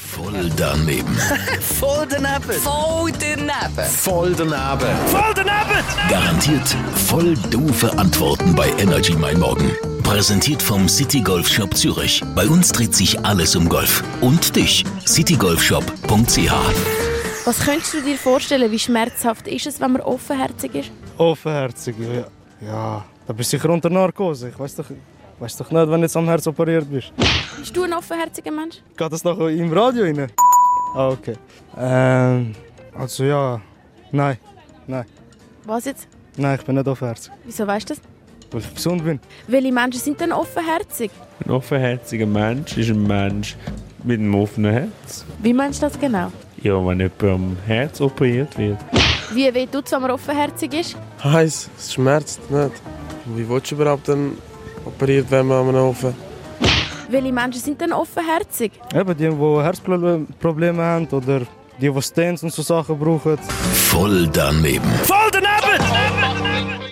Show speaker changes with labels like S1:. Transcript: S1: Voll daneben.
S2: Voll daneben.
S3: Voll daneben.
S1: Voll daneben.
S2: Voll daneben!
S1: Garantiert voll doofe Antworten bei Energy Mein Morgen. Präsentiert vom City Golf Shop Zürich. Bei uns dreht sich alles um Golf. Und dich, citygolfshop.ch.
S4: Was könntest du dir vorstellen, wie schmerzhaft ist es, wenn man offenherzig ist?
S5: Offenherzig, ja. Ja, da bist du sicher unter Narkose. Ich weiß doch, weiß doch nicht, wenn du jetzt am Herz operiert bist.
S4: Bist du ein offenherziger Mensch?
S5: Geht das nachher im Radio rein? Ah, okay. Ähm, also ja, nein,
S4: Was jetzt?
S5: nein, ich bin nicht offenherzig,
S4: Wieso weißt du das?
S5: weil ich gesund bin.
S4: Welche Menschen sind denn offenherzig?
S6: Ein offenherziger Mensch ist ein Mensch mit einem offenen Herz.
S4: Wie meinst du das genau?
S6: Ja, wenn jemand am Herz operiert wird.
S4: Wie weh tut es, wenn man offenherzig ist?
S7: Heiß, es schmerzt nicht. Wie willst du überhaupt dann operiert werden wir am Ofen?
S4: Welche Menschen sind denn offenherzig?
S5: Eben die, die Herzprobleme haben oder die, die Stents und so Sachen brauchen.
S1: Voll daneben.
S2: Voll daneben!